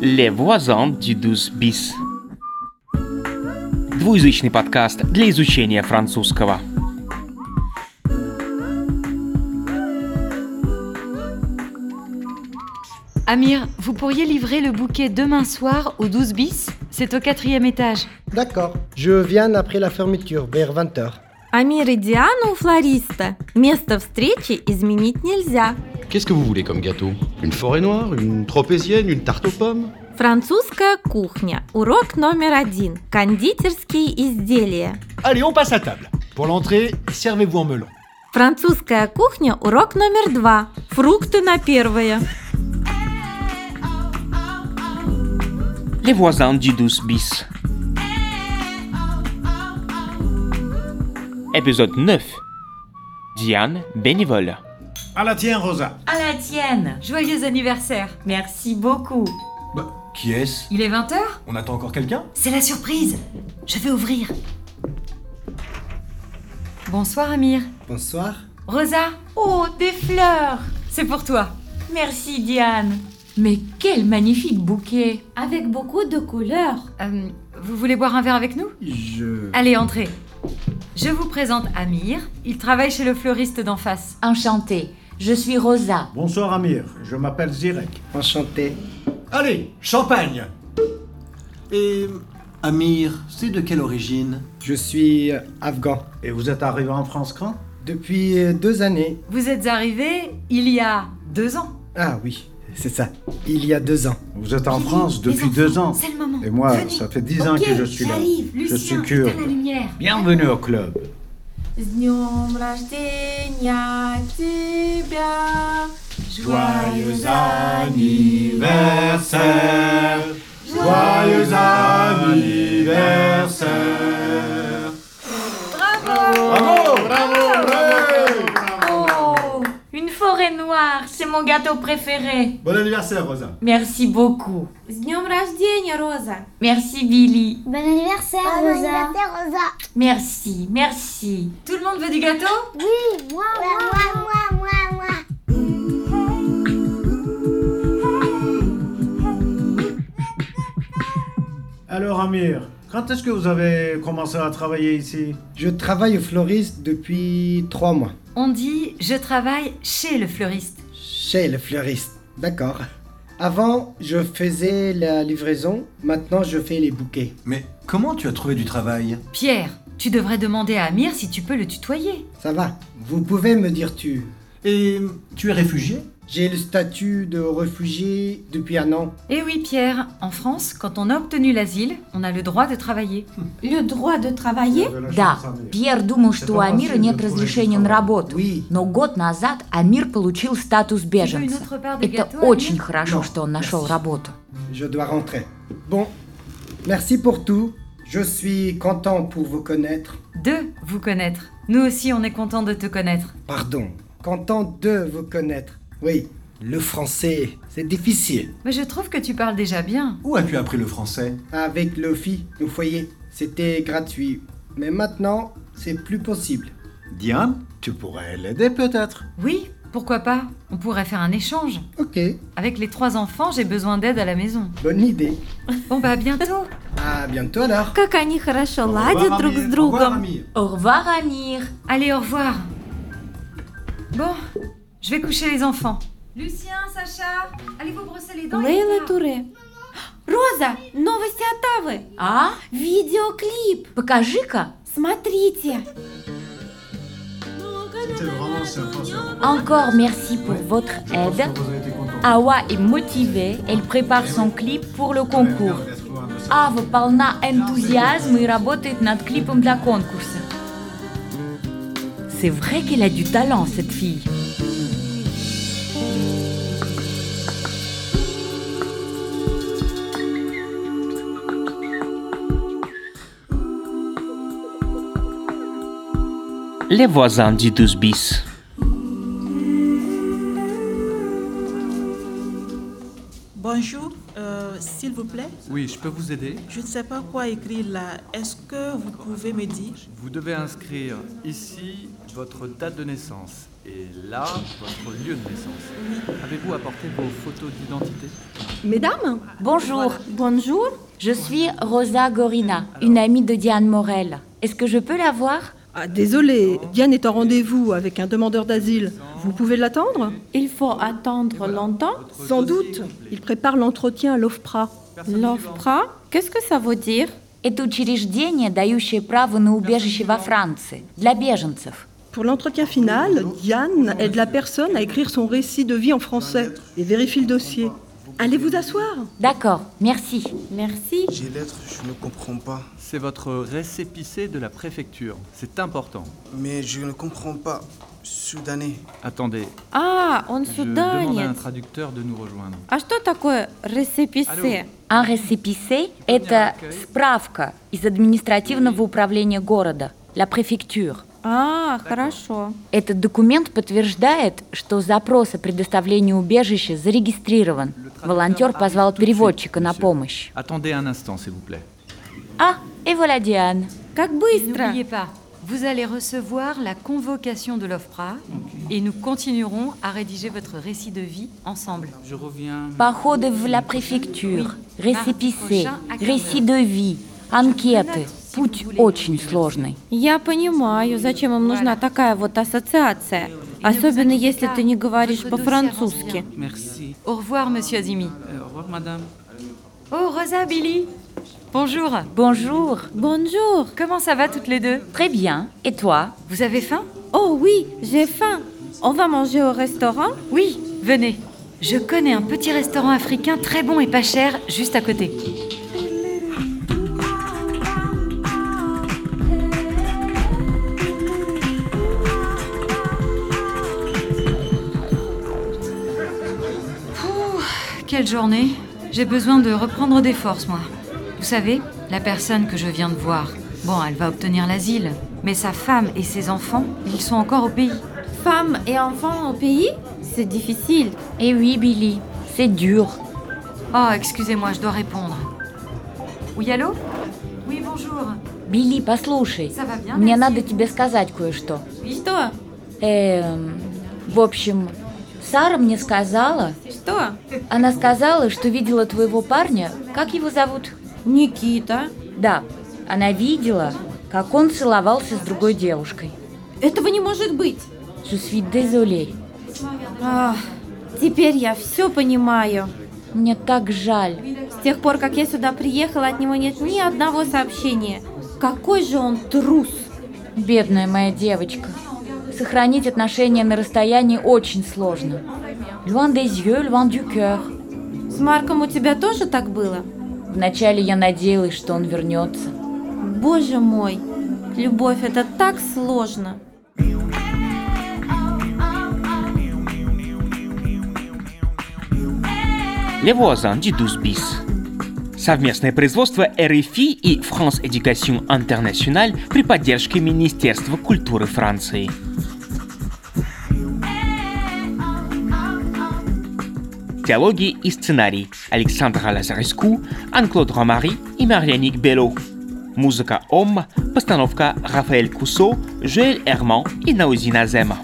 Les voisins du 12 bis. Двуязычный подкаст для изучения французского. Amir, vous pourriez livrer le bouquet demain soir au 12 bis C'est au quatrième étage. D'accord, je viens après la fermeture, vers 20h. Амир и Диана у флориста. Место встречи изменить нельзя. Qu'est-ce que vous voulez comme gâteau Une forêt noire, une tropézienne, une tarte aux pommes Французская кухня. Урок номер один. Кондитерские изделия. Allez, on passe à table. Pour l'entrée, servez-vous en melon. Французская кухня. Урок номер два. Фрукты на первое. Les voisins du 12 bis. Épisode 9. Diane bénévole. À la tienne, Rosa. À la tienne Joyeux anniversaire Merci beaucoup Bah, qui est-ce Il est 20h On attend encore quelqu'un C'est la surprise Je vais ouvrir Bonsoir Amir. Bonsoir. Rosa Oh, des fleurs C'est pour toi. Merci Diane Mais quel magnifique bouquet Avec beaucoup de couleurs. Euh, vous voulez boire un verre avec nous Je. Allez, entrez. Je vous présente Amir. Il travaille chez le fleuriste d'en face. Enchantée Je suis Rosa Bonsoir, Amir. Je m'appelle Zirek. Enchanté. Allez, champagne Et Amir, c'est de quelle origine Je suis euh, afghan. Et vous êtes arrivé en France quand Depuis euh, deux années. Vous êtes arrivé il y a deux ans. Ah oui, c'est ça. Il y a deux ans. Vous êtes en France depuis deux ans. C'est le moment Et moi, ça fait dix ans que je suis là. je suis kurde. lumière Bienvenue au club. С днем рождения тебя! Joyeux anniversaire Joyeux anniversaire Bravo Bravo Bravo Oh Une forêt noire C'est mon gâteau préféré Bon anniversaire, Rosa Merci beaucoup С днем рождения, Роза! Merci Billy Bon anniversaire, Rosa. Merci, merci Tout le monde veut du gâteau Oui, moi, moi, moi, moi, moi, moi. Alors Amir, quand est-ce que vous avez commencé à travailler ici Je travaille au fleuriste depuis trois mois. On dit je travaille chez le fleuriste. Chez le fleuriste. D'accord. Avant, je faisais la livraison. Maintenant, je fais les bouquets. Mais comment tu as trouvé du travail Pierre, tu devrais demander à Amir si tu peux le tutoyer. Ça va. Vous pouvez me dire tu. Et tu es réfugié J'ai le statut de réfugié depuis un an. Eh oui, Pierre, en France, quand on a obtenu l'asile, on a le droit de travailler. Le droit de travailler? Да, Да, Пьер думал, что у Амира нет разрешения на работу. Oui. Но год назад Амир получил статус Tu veux une беженца. autre part de Это gâteau очень Amir хорошо, Non, что он нашел merci. работу. Je dois rentrer. Bon, merci pour tout. Je suis content pour vous connaître. De vous connaître. Nous aussi, on est content de te connaître. Pardon. Content de vous connaître. Oui, le français, c'est difficile. Mais je trouve que tu parles déjà bien. Où as-tu appris le français Avec Lofi, au foyer, c'était gratuit. Mais maintenant, c'est plus possible. Diane, tu pourrais l'aider peut-être Oui, pourquoi pas On pourrait faire un échange. Ok, Avec les trois enfants, j'ai besoin d'aide à la maison. bonne idée. Bon bah à bientôt. À bientôt alors. Как они хорошо ладят друг с другом. Au revoir, Амир. Allez, au revoir. Bon, je vais coucher les enfants. Lucien, Sacha, allez vous brosser les dents. il est Лейла tard. Туре. Роза, новости Оттавы. А? Видеоклип. Покажи-ка. Смотрите. C'était vraiment sympa. ça. Encore merci pour votre Je pense aide. que vous avez été contents. Awa est motivée, elle prépare son clip pour le Ouais, concours. merde, laisse voir, ça. Ава полна энтузиазма и работает над клипом для конкурса. C'est vrai qu'elle a du talent, cette fille. Les voisins du 12 bis. Bonjour, euh, s'il vous plaît. Oui, je peux vous aider. Je ne sais pas quoi écrire là. Est-ce que vous pouvez me dire Vous devez inscrire ici votre date de naissance et là votre lieu de naissance. Avez-vous apporté vos photos d'identité Mesdames Bonjour. Bonjour. Je suis Rosa Gorina, une amie de Diane Morel. Est-ce que je peux la voir Ah, désolé, Diane est en rendez-vous avec un demandeur d'asile. Vous pouvez l'attendre Il faut attendre longtemps Sans doute. Il prépare l'entretien à l'OFPRA. L'OFPRA Qu'est-ce que ça veut dire Это учреждение, дающее право на убежище во Франции для беженцев. Pour l'entretien final, Diane aide la personne à écrire son récit de vie en français et vérifie le dossier. Allez vous asseoir. D'accord, merci. Merci. J'ai lettres, je ne comprends pas. C'est votre récépissé de la préfecture. C'est important. Mais je ne comprends pas. Soudanais. Attendez. Ah, он Je demande à un суданец. traducteur de nous rejoindre. А что такое ресеписе? Un récépissé – это справка из административного управления города, la préfecture. А, Ah, хорошо. Этот документ подтверждает, что запрос о предоставлении убежища зарегистрирован. Волонтер позвал переводчика на помощь. Attendez un instant, s'il vous plaît. Ah, et voilà Diane. Как быстро. N'oubliez pas, vous allez recevoir la convocation de l'OFPRA et nous continuerons à rédiger votre récit de vie ensemble. Je reviens. Походы в la préfecture, Oui. récépissé, Mardi récit de vie, анкеты. Путь очень сложный. Я понимаю, зачем им нужна такая вот ассоциация. Особенно если ты не говоришь по-французски. Merci. Euh, Au revoir, monsieur Azimi. au revoir, madame. Oh, Rosa, Billy. Bonjour. Bonjour. Bonjour. Comment ça va toutes les deux Très bien. Et toi Vous avez faim Oh oui, j'ai faim. On va manger au restaurant Oui, venez. Je connais un petit restaurant africain très bon et pas cher, juste à côté. Pouh, Quelle journée J'ai besoin de reprendre des forces, moi. Vous savez, la personne que je viens de voir, bon, elle va obtenir l'asile, mais sa femme et ses enfants, ils sont encore au pays. Femmes et enfants au pays C'est difficile. Et oui, Billy, c'est dur. Oh, excusez-moi, je dois répondre. Oui, allô Oui, bonjour. Билли, послушай, Ça va bien, мне merci. надо тебе сказать кое-что. Что? Эм, в общем, Сара мне сказала... Что? Она сказала, что видела твоего парня. Как его зовут? Никита. Да, она видела, как он целовался с другой девушкой. Этого не может быть. Je suis désolée. Ах, теперь я все понимаю. Мне так жаль. С тех пор, как я сюда приехала, от него нет ни одного сообщения. Какой же он трус. Бедная моя девочка. Сохранить отношения на расстоянии очень сложно. Loin des yeux, loin du cœur. С Марком у тебя тоже так было? Вначале я надеялась, что он вернется. Боже мой, любовь это так сложно. Les voisins du 12 bis. Совместное производство РФИ и France Education International при поддержке Министерства культуры Франции. Диалоги и сценарий Александра Лазареску, Анклод Ромари и Марьяник Белло. Музыка Ом, постановка Рафаэль Кусо, Жуэль Эрман и Наузина Зема.